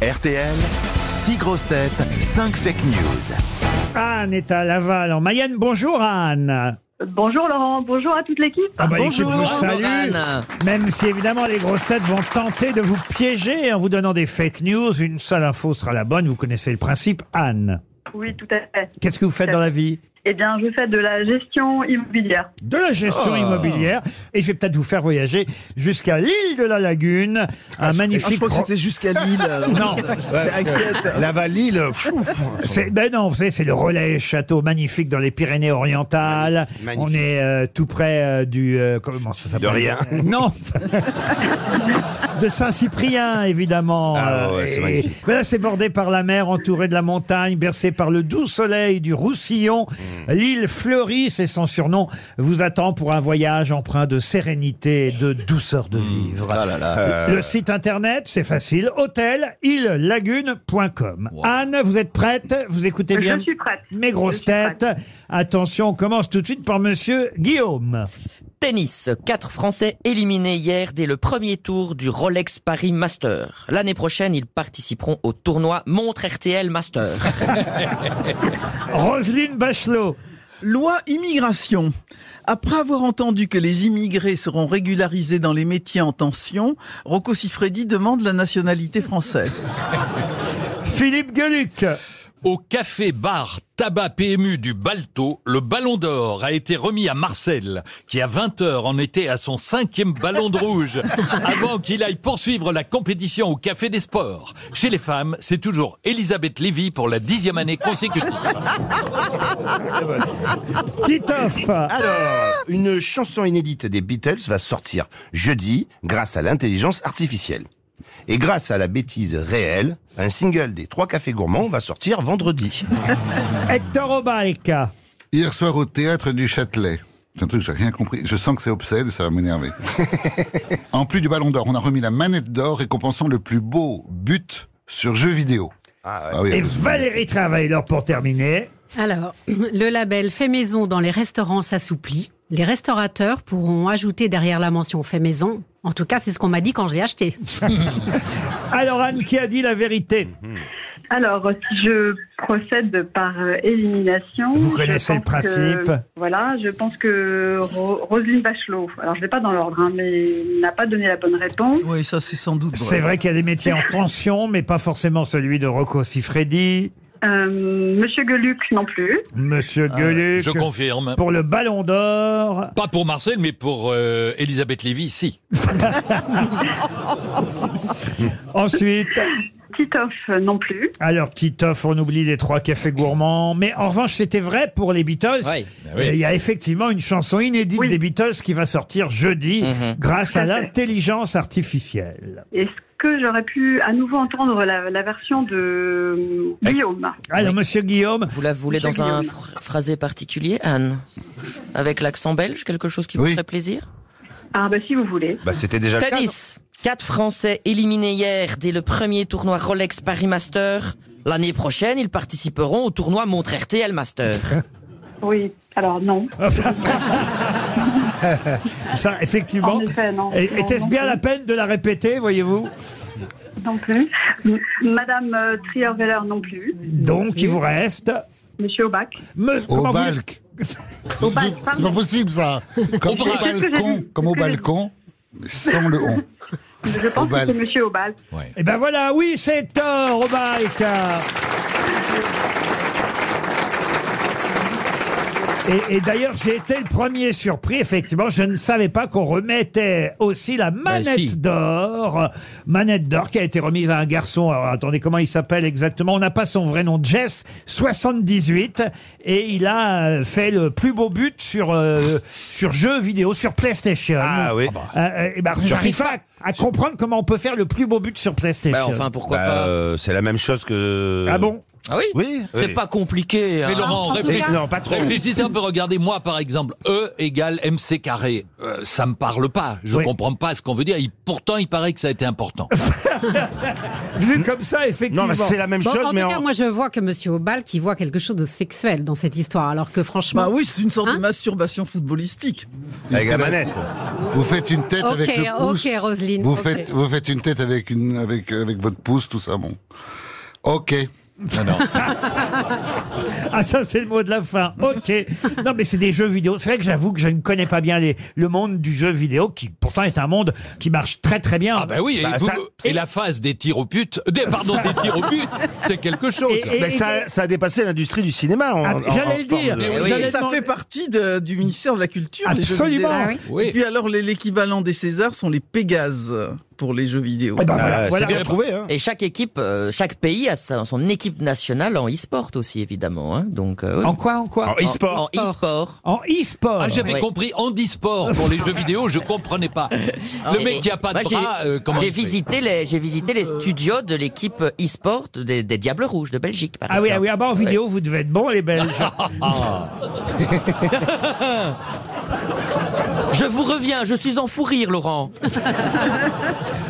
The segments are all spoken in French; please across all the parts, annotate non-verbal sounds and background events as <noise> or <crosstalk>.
RTL, 6 grosses têtes, 5 fake news. Anne est à Laval, en Mayenne. Bonjour Anne. Bonjour Laurent, bonjour à toute l'équipe. Ah bah, l'équipe vous salue. Même si évidemment les grosses têtes vont tenter de vous piéger en vous donnant des fake news, une seule info sera la bonne. Vous connaissez le principe, Anne. Oui, tout à fait. Qu'est-ce que vous faites dans la vie Eh bien, je fais de la gestion immobilière. De la gestion Ah. immobilière. Et je vais peut-être vous faire voyager jusqu'à l'île de la Lagune, un Ah, je magnifique. crois que ro- c'était jusqu'à Lille. euh, non, T'inquiète. La Valille, c'est ben non, vous savez, c'est le relais château magnifique dans les Pyrénées-Orientales. Magnifique, On magnifique. est euh, tout près euh, du euh, comment ça s'appelle De rien. <laughs> Non. de Saint-Cyprien évidemment. Ah ouais, ouais, Euh, c'est et- magnifique. mais là, c'est bordé par la mer, entouré de la montagne, bercé par le doux soleil du Roussillon. Mm. L'île fleurie, c'est son surnom, vous attend pour un voyage empreint de sérénité et de douceur Mm. de vivre. Le site internet, c'est facile, hôtel île-lagune.com. Anne, vous êtes prête Vous écoutez je Eh bien suis prête. mes grosses Je suis prête. têtes. Attention, on commence tout de suite par monsieur Guillaume. Tennis. Quatre Français éliminés hier dès le premier tour du Rolex Paris Master. L'année prochaine, ils participeront au tournoi Montre RTL <laughs> Master. Roselyne Bachelot. <laughs> Loi immigration. Après avoir entendu que les immigrés seront régularisés dans les métiers en tension, Rocco Siffredi demande la nationalité française. Philippe Gueluc. Au café bar tabac PMU du Balto, le ballon d'or a été remis à Marcel, qui à 20h en était à son cinquième ballon de rouge, avant qu'il aille poursuivre la compétition au café des sports. Chez les femmes, c'est toujours Elisabeth Lévy pour la dixième année consécutive. Titoff. Alors, une chanson inédite des Beatles va sortir jeudi grâce à l'intelligence artificielle. Et grâce à la bêtise réelle, un single des trois cafés gourmands va sortir vendredi. Hector Obalka. Hier soir au théâtre du Châtelet. C'est un truc que j'ai rien compris. Je sens que c'est obsède et ça va m'énerver. en plus du ballon d'or, on a remis la manette d'or récompensant le plus beau but sur jeu vidéo. Ah, oui, Et ah, c'est- Valérie Travailleur pour terminer. Alors, <clears throat> le label fait maison dans les restaurants s'assouplit. Les restaurateurs pourront ajouter derrière la mention fait maison. En tout cas, c'est ce qu'on m'a dit quand je l'ai acheté. Alors Anne qui a dit la vérité. Alors, si je procède par euh, élimination. Vous je connaissez le pense que- principe. voilà, je pense que Ro- Roselyne Bachelot, alors je ne vais pas dans l'ordre, hein, mais n'a pas donné la bonne réponse. <laughs> Oui, ça c'est sans doute C'est vrai. vrai qu'il y a des métiers en tension, mais pas forcément celui de Rocco Siffredi, Euh, Monsieur Geluc non plus. Monsieur Gueuluc. Je confirme. pour le Ballon d'Or. Pas pour Marcel, mais pour euh, Elisabeth Lévy, si. Ensuite, Titoff euh, non plus. alors Titoff, on oublie les trois cafés gourmands. Mais en revanche, c'était vrai pour les Beatles. Euh, Ouais. Ah oui. Il y a effectivement une chanson inédite Oui. des Beatles qui va sortir jeudi Mhm. grâce Tout à à fait. l'intelligence artificielle. Est-ce que j'aurais pu à nouveau entendre la, la version de euh, Guillaume Alors, monsieur Guillaume, Vous la voulez dans un phr- phrasé particulier, Anne Avec l'accent belge, quelque chose qui vous Oui. ferait plaisir Ah, bah si vous voulez. bah, c'était déjà le cas. non Tennis. Quatre Français éliminés hier dès le premier tournoi Rolex Paris Master. L'année prochaine, ils participeront au tournoi Montre RTL Master. Oui, alors non. ça, effectivement. En effet, non. Et- Non, Était-ce non bien la plus. peine de la répéter, voyez-vous Non plus. M- Madame euh, Trierweiler non plus. Donc, il vous reste. Monsieur Aubac. Me- Au comment vous- balc. Au balc, euh, C'est pas pardon. possible ça. Comme Au au balc. balcon, comme au balcon, sans le on. Je pense Aubac. que c'est Monsieur Aubac. Ouais. Eh ben voilà, oui, c'est tort, Robaïk Et, et d'ailleurs, j'ai été le premier surpris. Effectivement, je ne savais pas qu'on remettait aussi la manette Bah, si. d'or. Manette d'or qui a été remise à un garçon. Alors, attendez, comment il s'appelle exactement On n'a pas son vrai nom. Jess, 78. Et il a euh, fait le plus beau but sur, euh, sur jeu vidéo, sur PlayStation. Ah oui. Euh, et ben, j'arrive FIFA. pas à, à comprendre comment on peut faire le plus beau but sur PlayStation. Bah, enfin, pourquoi Bah, pas euh, c'est la même chose que. Ah bon Ah oui, Oui, C'est oui. pas compliqué. Mais hein. Laurent, Et- réfléchis. Eh, non, pas trop. Réfléchissez un peu, regardez, moi par exemple, E égale MC carré, Euh, ça me parle pas, je Oui. comprends pas ce qu'on veut dire, Il- pourtant il paraît que ça a été important. Hmm. Vu comme ça, effectivement. Non, mais c'est la même Bon, chose, en tout mais cas, en- moi, je vois que Monsieur Obal qui voit quelque chose de sexuel dans cette histoire, alors que franchement, Bah oui, c'est une sorte Hein de masturbation footballistique. avec la manette. Vous faites une tête Ok, avec le ok, pouce. Roselyne, Vous ok. faites, vous faites une tête avec une, avec, avec votre pouce, tout ça, bon. Ok. Non, non. Ah, ça, c'est le mot de la fin. <laughs> OK. Non, mais c'est des jeux vidéo. C'est vrai que j'avoue que je ne connais pas bien les, le monde du jeu vidéo, qui pourtant est un monde qui marche très très bien. Ah ben oui, et, Bah, vous- ça- et la phase des tirs aux putes, des, pardon, des tirs aux putes, c'est quelque chose. Et- et- Mais ça, ça a dépassé l'industrie du cinéma. en- Ah, en- J'allais le en forme dire. de- Eh oui. Et J'allais ça demander- fait partie de- du ministère de la Culture, les jeux vidéo. Absolument. Ah oui. Oui. Et puis alors, les- l'équivalent des Césars sont les Pégases pour les jeux vidéo. Eh ben, Ah, voilà, c'est voilà. bien trouvé. Hein. Et chaque équipe, euh, chaque pays a sa- son équipe nationale en e-sport aussi, évidemment. hein. Donc, euh, oui. En quoi, en En quoi e-sport. En e-sport. En e-sport. Ah, j'avais Ouais. compris handisport pour les jeux vidéo, je comprenais pas. Le Et- mec qui a pas moi, de j'ai- bras, euh, comment J'ai il fait visité les, j'ai visité les studios de l'équipe e-sport des, des Diables Rouges de Belgique, par Ah oui, ah exemple. oui, ah bah en Ouais. vidéo, vous devez être bon, les Belges. ah Je vous reviens, je suis en fou rire, Laurent.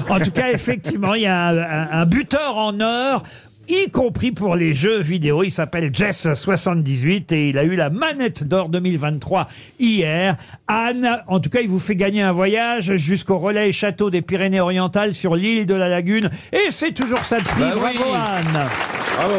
En tout cas, effectivement, il y a un, un- un buteur en or y compris pour les jeux vidéo. Il s'appelle Jess78 et il a eu la manette d'or 2023 hier. Anne, en tout cas, il vous fait gagner un voyage jusqu'au relais château des Pyrénées-Orientales sur l'île de la Lagune. Et c'est toujours ça de prix. Bah Bravo oui. Anne